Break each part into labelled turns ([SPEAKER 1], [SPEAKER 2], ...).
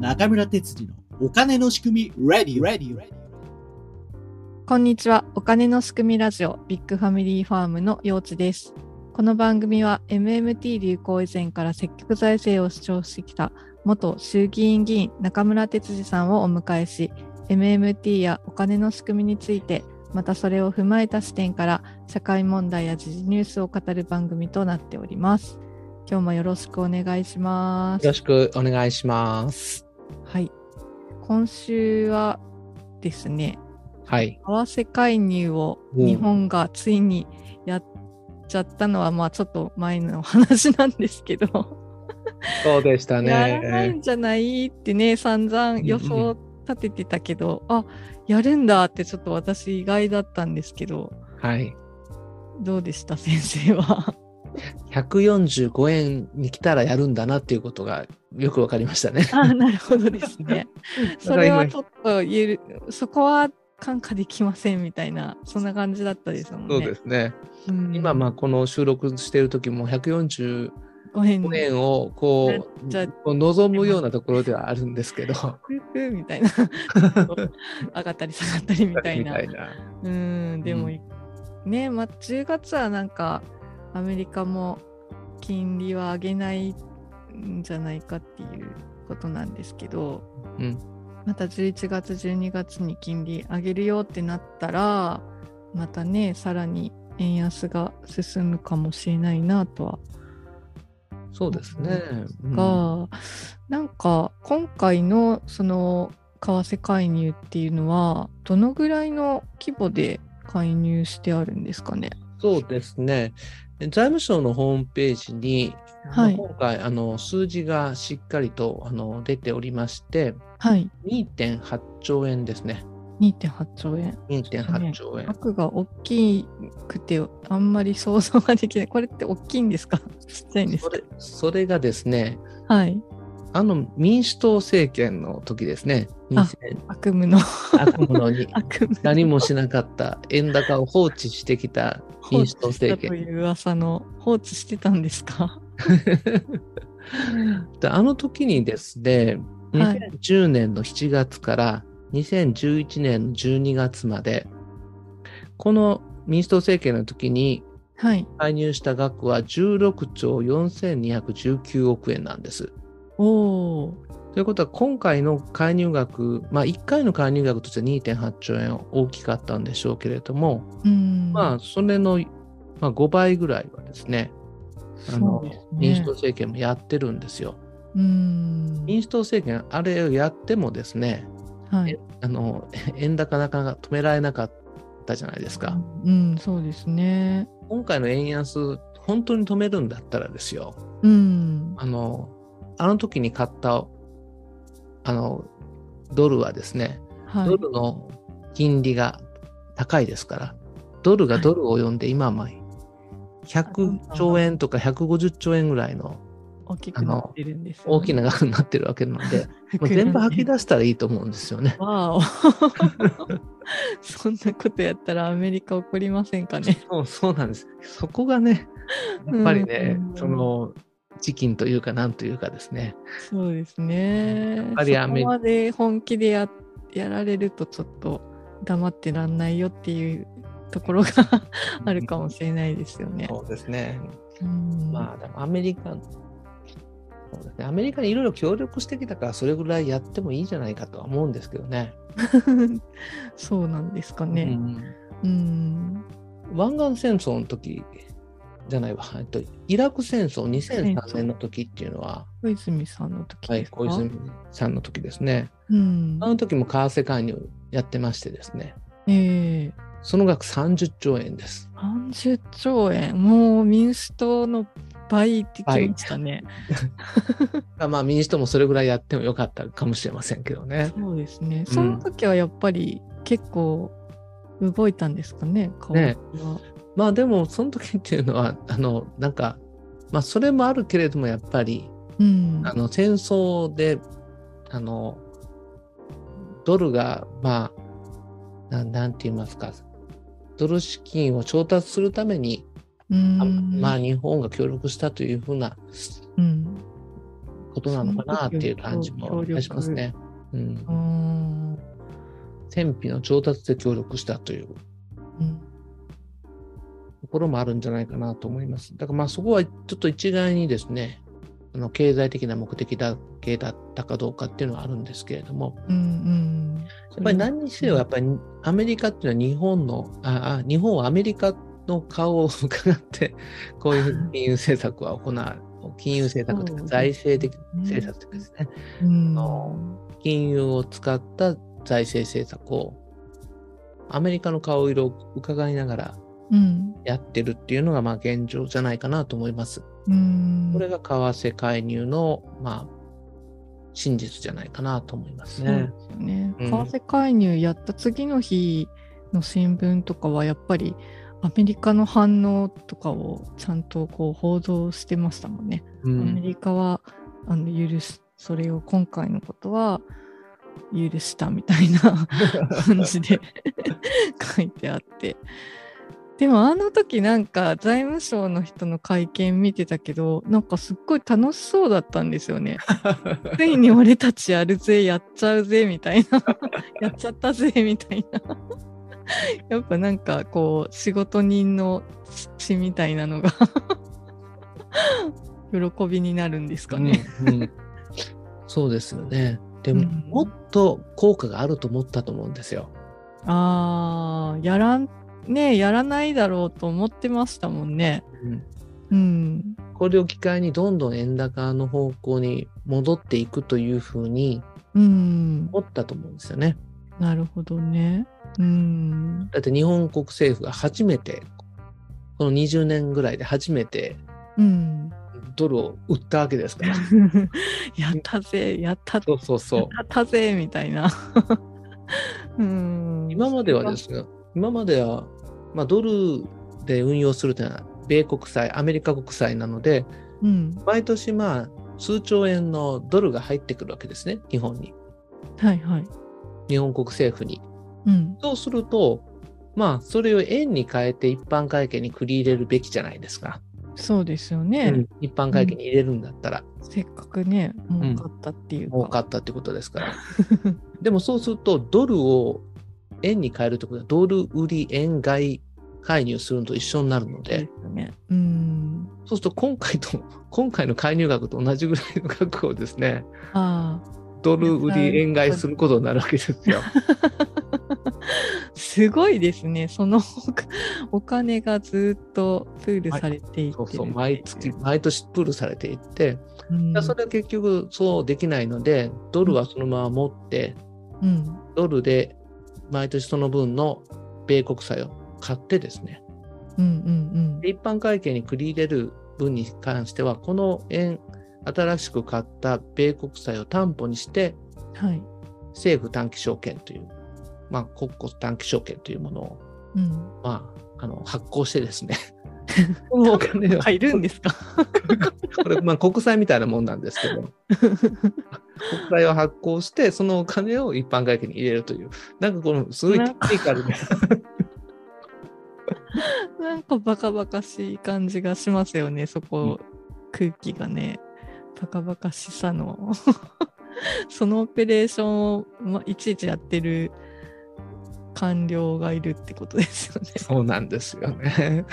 [SPEAKER 1] 中村哲次のお金の仕組み Radio, Radio
[SPEAKER 2] こんにちは。お金の仕組みラジオビッグファミリーファームのようちです。この番組は MMT 流行以前から積極財政を主張してきた元衆議院議員中村哲司さんをお迎えし、MMT やお金の仕組みについて、またそれを踏まえた視点から社会問題や時事ニュースを語る番組となっております。今日もよろしくお願いしま
[SPEAKER 3] よ
[SPEAKER 2] す
[SPEAKER 3] ろ。しくお願いします。
[SPEAKER 2] はい。今週はですね、
[SPEAKER 3] はい。
[SPEAKER 2] 為替介入を
[SPEAKER 3] うん
[SPEAKER 2] 日本がついにやっちゃったのは、まあちょっと前の話なんですけど、
[SPEAKER 3] そうでした
[SPEAKER 2] やらない
[SPEAKER 3] ね。
[SPEAKER 2] んじゃないってね散々予想立ててたけど、あやるんだってちょっと私意外だったんですけど
[SPEAKER 3] はい。
[SPEAKER 2] どうでした先生は。
[SPEAKER 3] 145円に来たらやるんだなっていうことがよくわかりましたね。
[SPEAKER 2] あなるほどですね。 それはちょっと言えるそこは感化できませんみたいなそんな感じだったですもんね。
[SPEAKER 3] そうですね。
[SPEAKER 2] うん
[SPEAKER 3] 今、まあ、この収録している時も145
[SPEAKER 2] ご縁に
[SPEAKER 3] 円をこ
[SPEAKER 2] うんじゃあ
[SPEAKER 3] う、こう望むようなところではあるんですけど。
[SPEAKER 2] ふふみ たいな上がったり下がったりみたいな。うーんでも、
[SPEAKER 3] う
[SPEAKER 2] ね、まあ、10月はなんかアメリカも金利は上げないんじゃないかっていうことなんですけど、
[SPEAKER 3] うん
[SPEAKER 2] また11月12月に金利上げるよってなったらまたねさらに円安が進むかもしれないなとは
[SPEAKER 3] そうですね。うん
[SPEAKER 2] が、なんか今回のその為替介入っていうのはどのぐらいの規模で介入してあるんですかね。
[SPEAKER 3] そうですね。財務省のホームページに、
[SPEAKER 2] はい
[SPEAKER 3] 今回あの数字がしっかりとあの出ておりまして、
[SPEAKER 2] はい、
[SPEAKER 3] 2.8兆円ですね。
[SPEAKER 2] 2.8兆円。
[SPEAKER 3] 2.8兆円。
[SPEAKER 2] 額が大きくてあんまり想像ができない。これって大きいんですかちっちゃいんです
[SPEAKER 3] そ
[SPEAKER 2] か
[SPEAKER 3] れそれがですね、
[SPEAKER 2] はい。
[SPEAKER 3] あの民主党政権の時ですね、
[SPEAKER 2] あ
[SPEAKER 3] 2000
[SPEAKER 2] 悪夢の
[SPEAKER 3] 悪 者に
[SPEAKER 2] 悪夢の
[SPEAKER 3] 何もしなかった円高を放置してきた
[SPEAKER 2] 放
[SPEAKER 3] 民
[SPEAKER 2] 置
[SPEAKER 3] 主党
[SPEAKER 2] した
[SPEAKER 3] 政
[SPEAKER 2] と
[SPEAKER 3] 権。
[SPEAKER 2] いう噂の放置してたんですか
[SPEAKER 3] であの時にですね、
[SPEAKER 2] はい
[SPEAKER 3] 2010年の7月から2011年の12月まで、この民主党政権の時に
[SPEAKER 2] はい。
[SPEAKER 3] 介入した額は16兆4219億円なんです。
[SPEAKER 2] おー
[SPEAKER 3] ということは、今回の介入額、まあ、1回の介入額として2.8兆円大きかったんでしょうけれども、
[SPEAKER 2] うん。
[SPEAKER 3] まあ、それの、まあ、5倍ぐらいはですね、あの
[SPEAKER 2] そうですね
[SPEAKER 3] 民主党政権もやってるんですよ。
[SPEAKER 2] うん。
[SPEAKER 3] 民主党政権、あれをやってもですね、
[SPEAKER 2] はい。
[SPEAKER 3] あの 円高なかなか止められなかったじゃないですか。
[SPEAKER 2] うん、そうですね。
[SPEAKER 3] 今回の円安、本当に止めるんだったらですよ、
[SPEAKER 2] うん。
[SPEAKER 3] あの、あの時に買った、あの、ドルはですね、
[SPEAKER 2] は
[SPEAKER 3] ド
[SPEAKER 2] い。
[SPEAKER 3] ルの金利が高いですから、ドルがドルを呼んで、今はまあ100兆円とか150兆円ぐらいの
[SPEAKER 2] 大きくなってるんです、
[SPEAKER 3] 大き
[SPEAKER 2] な。
[SPEAKER 3] な額になってるわけなので、もう全部吐き出したらいいと思うんですよね。
[SPEAKER 2] わお。 そんなことやったらアメリカ怒りませんかね。
[SPEAKER 3] そうそうなんです。そこがね、やっぱりね
[SPEAKER 2] う、ん
[SPEAKER 3] その、チキンというかなんというかですね。
[SPEAKER 2] そうですね。
[SPEAKER 3] やっぱりアメリ
[SPEAKER 2] そこまで本気でややられるとちょっと黙ってらんないよっていうところが あるかもしれないですよね。
[SPEAKER 3] そうですね。
[SPEAKER 2] うん
[SPEAKER 3] まあ、でもアメリカ、そうですね。アメリカにいろいろ協力してきたから、それぐらいやってもいいじゃないかとは思うんですけどね。
[SPEAKER 2] そうなんですか
[SPEAKER 3] う
[SPEAKER 2] ね。
[SPEAKER 3] ん
[SPEAKER 2] うん。
[SPEAKER 3] 湾岸戦争の時じゃないわ、えっと、イラク戦争2003年の時っていうのは、
[SPEAKER 2] 小泉さんの時
[SPEAKER 3] はい、
[SPEAKER 2] ですか。
[SPEAKER 3] 小泉さんの時ですね。
[SPEAKER 2] うん
[SPEAKER 3] あ。の時も為替介入やってましてですね、
[SPEAKER 2] ええ
[SPEAKER 3] その額30兆円です。
[SPEAKER 2] 30兆円もう民主党の倍ってきましたね、
[SPEAKER 3] まあ民主党もそれぐらいやってもよかったかもしれませんけどね。
[SPEAKER 2] そうですねその時はやっぱり結構動いたんですかね顔
[SPEAKER 3] ね
[SPEAKER 2] は、
[SPEAKER 3] まあでもその時っていうのは、あの、なんか、まあそれもあるけれどもやっぱり、
[SPEAKER 2] うん
[SPEAKER 3] あの戦争で、あの、ドルが、まあ、なんなんて言いますか、ドル資金を調達するために、
[SPEAKER 2] う
[SPEAKER 3] あ
[SPEAKER 2] ん
[SPEAKER 3] まあ、日本が協力したというふうな
[SPEAKER 2] うん
[SPEAKER 3] ことなのかなっていう感じもいたしますね。うん
[SPEAKER 2] う、ん
[SPEAKER 3] 戦費の調達で協力したというところもあるんじゃないかなと思います。だからまあそこはちょっと一概にですね、あの経済的な目的だけだったかどうかっていうのはあるんですけれども、
[SPEAKER 2] うんうん
[SPEAKER 3] やっぱり何にせよ、やっぱりアメリカっていうのは日本の、ああ日本はアメリカの顔を伺って、 こういう金融政策は行わ金融政策という
[SPEAKER 2] そ
[SPEAKER 3] か
[SPEAKER 2] う
[SPEAKER 3] 財政的政策というかですね、
[SPEAKER 2] うん
[SPEAKER 3] の金融を使った財政政策をアメリカの顔色を伺いながら
[SPEAKER 2] うん
[SPEAKER 3] やってるっていうのがまあ現状じゃないかなと思います。
[SPEAKER 2] うん
[SPEAKER 3] これが為替介入のまあ真実じゃないかなと思います
[SPEAKER 2] そうで
[SPEAKER 3] ね。
[SPEAKER 2] すよね。
[SPEAKER 3] うん
[SPEAKER 2] 為替介入やった次の日の新聞とかはやっぱりアメリカの反応とかをちゃんとこう報道してましたもんね。
[SPEAKER 3] う
[SPEAKER 2] アメ
[SPEAKER 3] ん
[SPEAKER 2] リカはあの許すそれを今回のことは許したみたい な感じで書いてあって。でもあの時なんか財務省の人の会見見てたけどなんかすっごい楽しそうだったんですよね。ついに俺たちやるぜやっちゃうぜみた いなやっちゃったぜみたいな やっぱなんかこう仕事人の血みたいなのが 喜びになるんですかね。
[SPEAKER 3] うんうんそうですよね。でも、
[SPEAKER 2] うん
[SPEAKER 3] もっと効果があると思ったと思うんですよ。
[SPEAKER 2] ああやらんねやらないだろうと思ってましたもんね。うん
[SPEAKER 3] これを機会にどんどん円高の方向に戻っていくというふうに
[SPEAKER 2] うん
[SPEAKER 3] 思ったと思うんですよね。
[SPEAKER 2] なるほどね。うん
[SPEAKER 3] だって日本国政府が初めてこの20年ぐらいで初めて
[SPEAKER 2] うん、
[SPEAKER 3] ドルを売ったわけです から。
[SPEAKER 2] やったぜやった
[SPEAKER 3] そうそうそう。
[SPEAKER 2] やったぜみたいな。うん
[SPEAKER 3] 今まではですね、今までは、まあ、ドルで運用するというのは、米国債、アメリカ国債なので、
[SPEAKER 2] うん、
[SPEAKER 3] 毎年、まあ、数兆円のドルが入ってくるわけですね、日本に、
[SPEAKER 2] はいはい。
[SPEAKER 3] 日本国政府に。
[SPEAKER 2] うん、
[SPEAKER 3] そうすると、まあ、それを円に変えて一般会計に繰り入れるべきじゃないですか。
[SPEAKER 2] そうですよね。
[SPEAKER 3] うん一般会計に入れるんだったら、
[SPEAKER 2] せっかくね、儲かったっていうか。
[SPEAKER 3] 儲かったってことですから。でもそうすると、ドルを円に変えるってことは、ドル売り円買い介入するのと一緒になるの
[SPEAKER 2] そう
[SPEAKER 3] で
[SPEAKER 2] で、すね。うん。
[SPEAKER 3] そうすると今回と、 今回の介入額と同じぐらいの額をですね、
[SPEAKER 2] ああ、
[SPEAKER 3] ドル売り円買いすることになるわけですよ。
[SPEAKER 2] すごいですね。そのお金がずっとプールされていってる
[SPEAKER 3] そうそう、毎月、毎年プールされていって、
[SPEAKER 2] うん、
[SPEAKER 3] それは結局そうできないので、ドルはそのまま持って、
[SPEAKER 2] うん。
[SPEAKER 3] ドルで毎年その分の米国債を買ってですね、
[SPEAKER 2] うんうん
[SPEAKER 3] で一般会計に繰り入れる分に関しては、この円、新しく買った米国債を担保にして、
[SPEAKER 2] うん。はい。
[SPEAKER 3] 政府短期証券という、まあ、国庫短期証券というものを、
[SPEAKER 2] うん。
[SPEAKER 3] まあ、あの発行してですね、 このお金を、
[SPEAKER 2] あ、いるんですか。
[SPEAKER 3] これ、まあ、国債みたいなもんなんですけど、国債を発行して、そのお金を一般会計に入れるという、なんかこの、すごいテ
[SPEAKER 2] なん
[SPEAKER 3] クニカ ルな、
[SPEAKER 2] なんかバカバカしい感じがしますよね、そこ、空気がね。バカバカしさの。 そのオペレーションを、ま、いちいちやってる官僚がいるってことですよね。
[SPEAKER 3] そうなんですよ ね。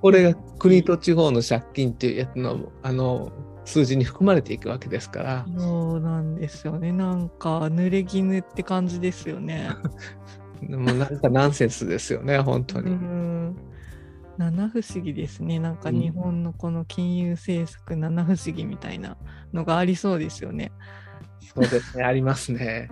[SPEAKER 3] これが国と地方の借金っていうやつの、あの、数字に含まれていくわけですから、
[SPEAKER 2] そうなんですよね。なんか濡れ衣って感じですよね。
[SPEAKER 3] もうなんかナンセンスですよね、本当
[SPEAKER 2] う
[SPEAKER 3] に。
[SPEAKER 2] ん。七不思議ですね。なんか
[SPEAKER 3] うん
[SPEAKER 2] 日本のこの金融政策七不思議みたいなのがありそうですよね。
[SPEAKER 3] そうですね、あります ね。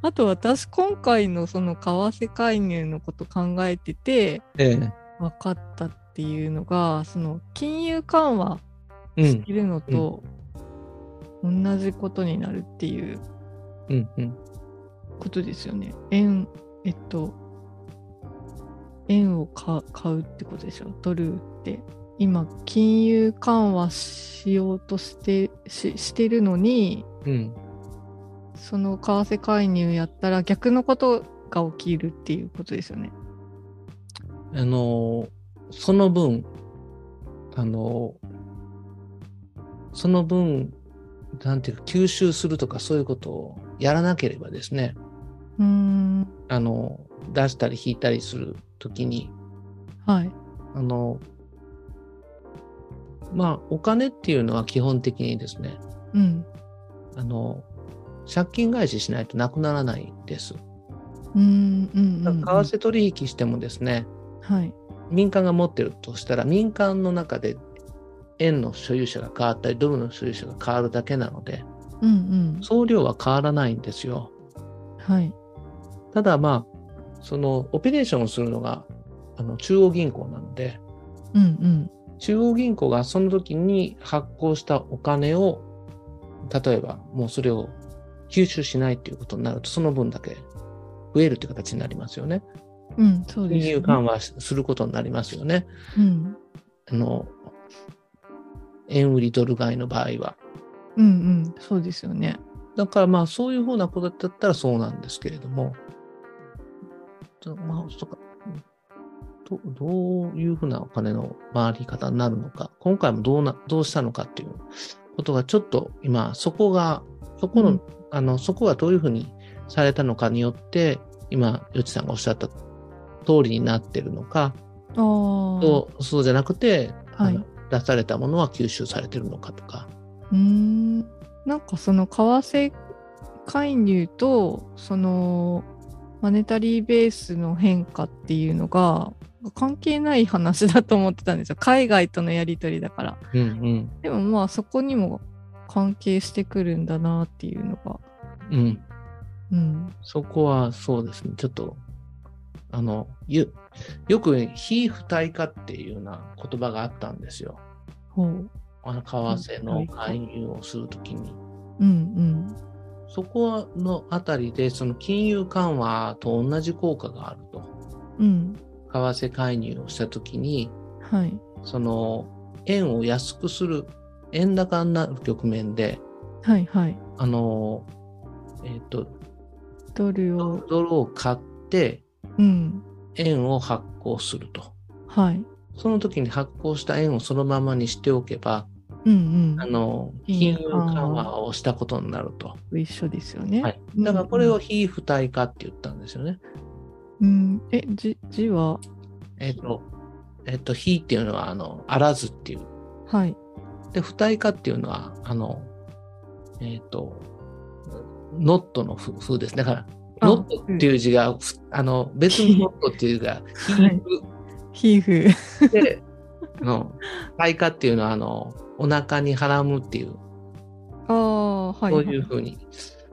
[SPEAKER 2] あと私今回のその為替介入のこと考えてて
[SPEAKER 3] え
[SPEAKER 2] 分かったっていうのがその金融緩和
[SPEAKER 3] え。うん
[SPEAKER 2] してるのと同じことになるっていう
[SPEAKER 3] うんうん
[SPEAKER 2] ことですよね。円えっと円をか買うってことでしょドルって今金融緩和しようとしてししてるのに
[SPEAKER 3] うん
[SPEAKER 2] その為替介入やったら逆のことが起きるっていうことですよね。
[SPEAKER 3] あのーその分あのーその分、なんていうか、吸収するとかそういうことをやらなければですね、
[SPEAKER 2] うーん。
[SPEAKER 3] あの、出したり引いたりするときに、
[SPEAKER 2] はい。
[SPEAKER 3] あの、まあ、お金っていうのは基本的にですね、
[SPEAKER 2] うん。
[SPEAKER 3] あの、借金返ししないとなくならないです。
[SPEAKER 2] うーん。うん。
[SPEAKER 3] だ
[SPEAKER 2] うん。
[SPEAKER 3] から為替取引してもですね、
[SPEAKER 2] はい。
[SPEAKER 3] 民間が持ってるとしたら、民間の中で円の所有者が変わったり、ドルの所有者が変わるだけなので、
[SPEAKER 2] うん。うん。
[SPEAKER 3] 送料は変わらないんですよ。
[SPEAKER 2] はい。
[SPEAKER 3] ただまあ、そのオペレーションをするのがあの中央銀行なので、
[SPEAKER 2] うん。うん。
[SPEAKER 3] 中央銀行がその時に発行したお金を、例えばもうそれを吸収しないということになると、その分だけ増えるという形になりますよね。
[SPEAKER 2] うん。そう
[SPEAKER 3] 金
[SPEAKER 2] です、ね。
[SPEAKER 3] 融緩和することになりますよね。
[SPEAKER 2] うん。
[SPEAKER 3] あの、円売りドル買いの場合は。
[SPEAKER 2] うん。うん。そうですよね。
[SPEAKER 3] だからまあそういうふうなことだったらそうなんですけれども、とまあ、そっかどどういうふうなお金の回り方になるのか、今回もどうなどうしたのかっていうことがちょっと今、そこが、そこの、
[SPEAKER 2] うん
[SPEAKER 3] あの、そこがどういうふうにされたのかによって、今、よちさんがおっしゃった通りになってるのか、
[SPEAKER 2] ああ。
[SPEAKER 3] そうそうじゃなくて、
[SPEAKER 2] はい
[SPEAKER 3] あの出されたものは吸収されてるのかとか、
[SPEAKER 2] うーんなんかその為替介入とそのマネタリーベースの変化っていうのが関係ない話だと思ってたんですよ海外とのやり取りだから
[SPEAKER 3] うんうん、
[SPEAKER 2] でもまあそこにも関係してくるんだなっていうのが
[SPEAKER 3] うん。
[SPEAKER 2] うん
[SPEAKER 3] そこはそうですね、ちょっと、あの、ゆよく非付帯化っていうような言葉があったんですよ。
[SPEAKER 2] ほう
[SPEAKER 3] あの為替の
[SPEAKER 2] 非付帯化
[SPEAKER 3] 介入をするときに。
[SPEAKER 2] うん
[SPEAKER 3] そこのあたりで、その金融緩和と同じ効果があると。
[SPEAKER 2] うんうん
[SPEAKER 3] 為替介入をしたときに、
[SPEAKER 2] はい
[SPEAKER 3] その円を安くする、円高になる局面で、
[SPEAKER 2] はいはい
[SPEAKER 3] あの、えっ、と、
[SPEAKER 2] ドルを
[SPEAKER 3] ドルを買って、
[SPEAKER 2] うん
[SPEAKER 3] 円を発行すると。
[SPEAKER 2] はい
[SPEAKER 3] その時に発行した円をそのままにしておけば、
[SPEAKER 2] うんう
[SPEAKER 3] あ
[SPEAKER 2] ん
[SPEAKER 3] の、
[SPEAKER 2] 金
[SPEAKER 3] 金
[SPEAKER 2] 融
[SPEAKER 3] 融
[SPEAKER 2] 緩和
[SPEAKER 3] 緩和をしたことになると。
[SPEAKER 2] と一緒ですよね、
[SPEAKER 3] はい。だからこれを非付帯化って言ったんですよね。
[SPEAKER 2] うんえじ字は
[SPEAKER 3] えっ、と、えっ、と、非っていうのは、あの、あらずっていう。
[SPEAKER 2] はい
[SPEAKER 3] で、付帯化っていうのは、あの、えっ、と、ノットのふ風ですね。だから、
[SPEAKER 2] あ
[SPEAKER 3] ノットっていう字が、ふあの、別にノットっていう字が、非
[SPEAKER 2] はい皮膚
[SPEAKER 3] で、 あの、対化っていうのは、あの、お腹にはらむっていう、
[SPEAKER 2] ああ、はい。
[SPEAKER 3] そういうふうに、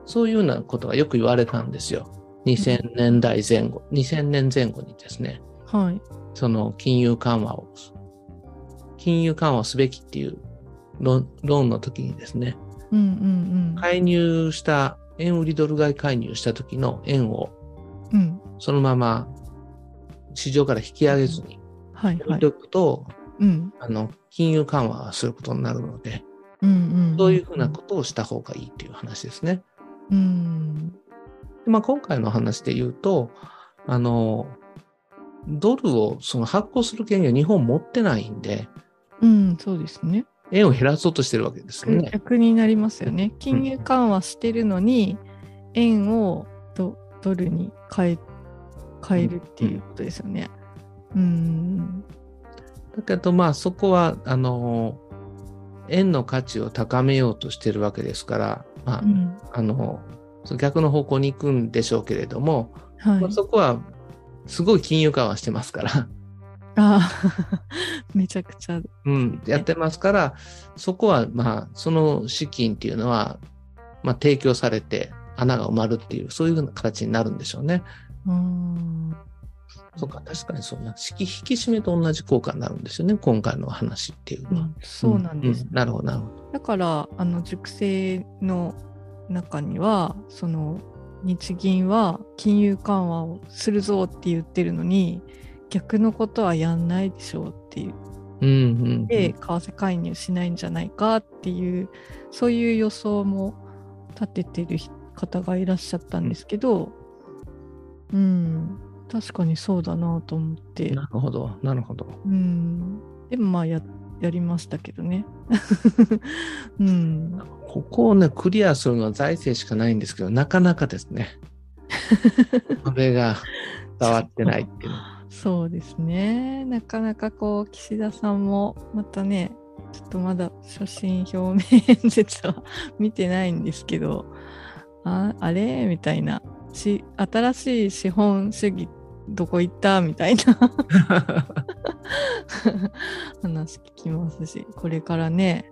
[SPEAKER 3] そういうようなことがよく言われたんですよ。2000年代前後、2000年前後にですね、
[SPEAKER 2] はい。
[SPEAKER 3] その金融緩和を、金融緩和すべきっていう論論の時にですね、
[SPEAKER 2] うんうんうん。い。
[SPEAKER 3] 介入した、円売りドル買い介入した時の円を
[SPEAKER 2] うん。
[SPEAKER 3] そのまま市場から引き上げずに
[SPEAKER 2] はい
[SPEAKER 3] 置い
[SPEAKER 2] はい
[SPEAKER 3] て。おくと、
[SPEAKER 2] うん。
[SPEAKER 3] あの、金融緩和することになるので、
[SPEAKER 2] うんうんうん。
[SPEAKER 3] そういうふうなことをした方がいいっていう話ですね。
[SPEAKER 2] と。うん。
[SPEAKER 3] でまあ、今回の話で言うと、あの、ドルをその発行する権利を日本持ってないんで、
[SPEAKER 2] うん、そうですね。
[SPEAKER 3] 円を減らそうとしてるわけですよね。
[SPEAKER 2] 逆になりますよね。金融緩和してるのに、円をドドルに変え、変えるっていうことですよね。うん。
[SPEAKER 3] だけど、まあそこは、あの、円の価値を高めようとしてるわけですから、ま
[SPEAKER 2] うん。うん
[SPEAKER 3] あ、あの、その逆の方向に行くんでしょうけれども、
[SPEAKER 2] はい
[SPEAKER 3] まあ、。そこは、すごい金融緩和してますから、
[SPEAKER 2] ああ、 めちゃくちゃ。
[SPEAKER 3] うん、やってますから、そこは、まあ、その資金っていうのは、まあ、提供されて穴が埋まるっていう、そういうふうな形になるんでしょうね。
[SPEAKER 2] うん。
[SPEAKER 3] そうか、確かにそうな。引き引き締めと同じ効果になるんですよね、今回の話っていうのは。
[SPEAKER 2] そうなんです
[SPEAKER 3] うなるほど、なるほど。
[SPEAKER 2] だからあの塾生の中にはその日銀は金融緩和をするぞって言ってるのに逆のことはやんないでしょうって言っ
[SPEAKER 3] うんうん、
[SPEAKER 2] て為替介入しないんじゃないかっていうそういう予想も立ててる方がいらっしゃったんですけどうん確かにそうだなと思って
[SPEAKER 3] なるほど、なるほど。
[SPEAKER 2] うんでもまあやややりましたけどね。 うん、
[SPEAKER 3] ここをね、クリアするのは財政しかないんですけど、なかなかです ね。これが伝わってないっていうの。
[SPEAKER 2] そうですね。なかなかこう岸田さんもまたね、ちょっとまだ所信表明演説は 見てないんですけど、ああれみたいなし、新しい資本主義どこ行ったみたいな話聞きますし、これからね、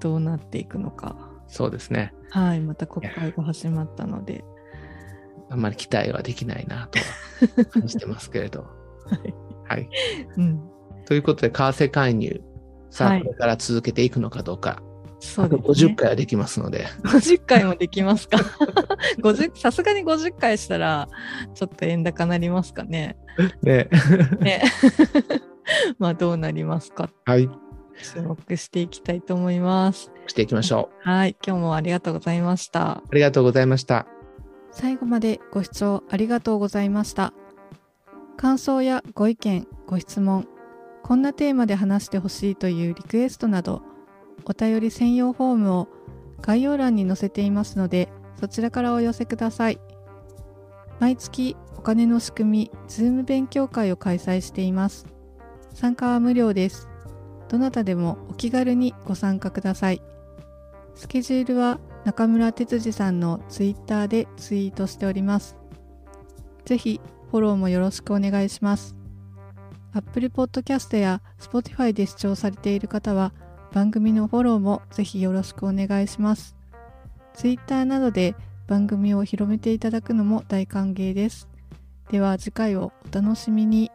[SPEAKER 2] どうなっていくのか。
[SPEAKER 3] そうですね。
[SPEAKER 2] はい、また国会が始まったので。
[SPEAKER 3] あんまり期待はできないなとは感じてますけれど。 は
[SPEAKER 2] はい、
[SPEAKER 3] い。
[SPEAKER 2] うん、
[SPEAKER 3] ということで、為替介入、さ
[SPEAKER 2] は
[SPEAKER 3] あ、
[SPEAKER 2] い
[SPEAKER 3] これから続けていくのかどうか、
[SPEAKER 2] そうです、ね。
[SPEAKER 3] 50回はできますので、
[SPEAKER 2] 50回もできますか 50さすがに50回したらちょっと円高なりますか ね
[SPEAKER 3] ね、
[SPEAKER 2] ね まあどうなりますか
[SPEAKER 3] はい、
[SPEAKER 2] 注目していきたいと思います
[SPEAKER 3] していきましょう。
[SPEAKER 2] はい今日もありがとうございました
[SPEAKER 3] ありがとうございました。
[SPEAKER 2] 最後までご視聴ありがとうございました感想やご意見ご質問こんなテーマで話してほしいというリクエストなどお便り専用フォームを概要欄に載せていますのでそちらからお寄せください毎月お金の仕組み Zoom 勉強会を開催しています参加は無料ですどなたでもお気軽にご参加くださいスケジュールは中村哲司さんのツイッターでツイートしております。ぜひフォローもよろしくお願いします。Apple Podcast や Spotify で視聴されている方は番組のフォローもぜひよろしくお願いします。ツイッターなどで番組を広めていただくのも大歓迎です。では次回をお楽しみに。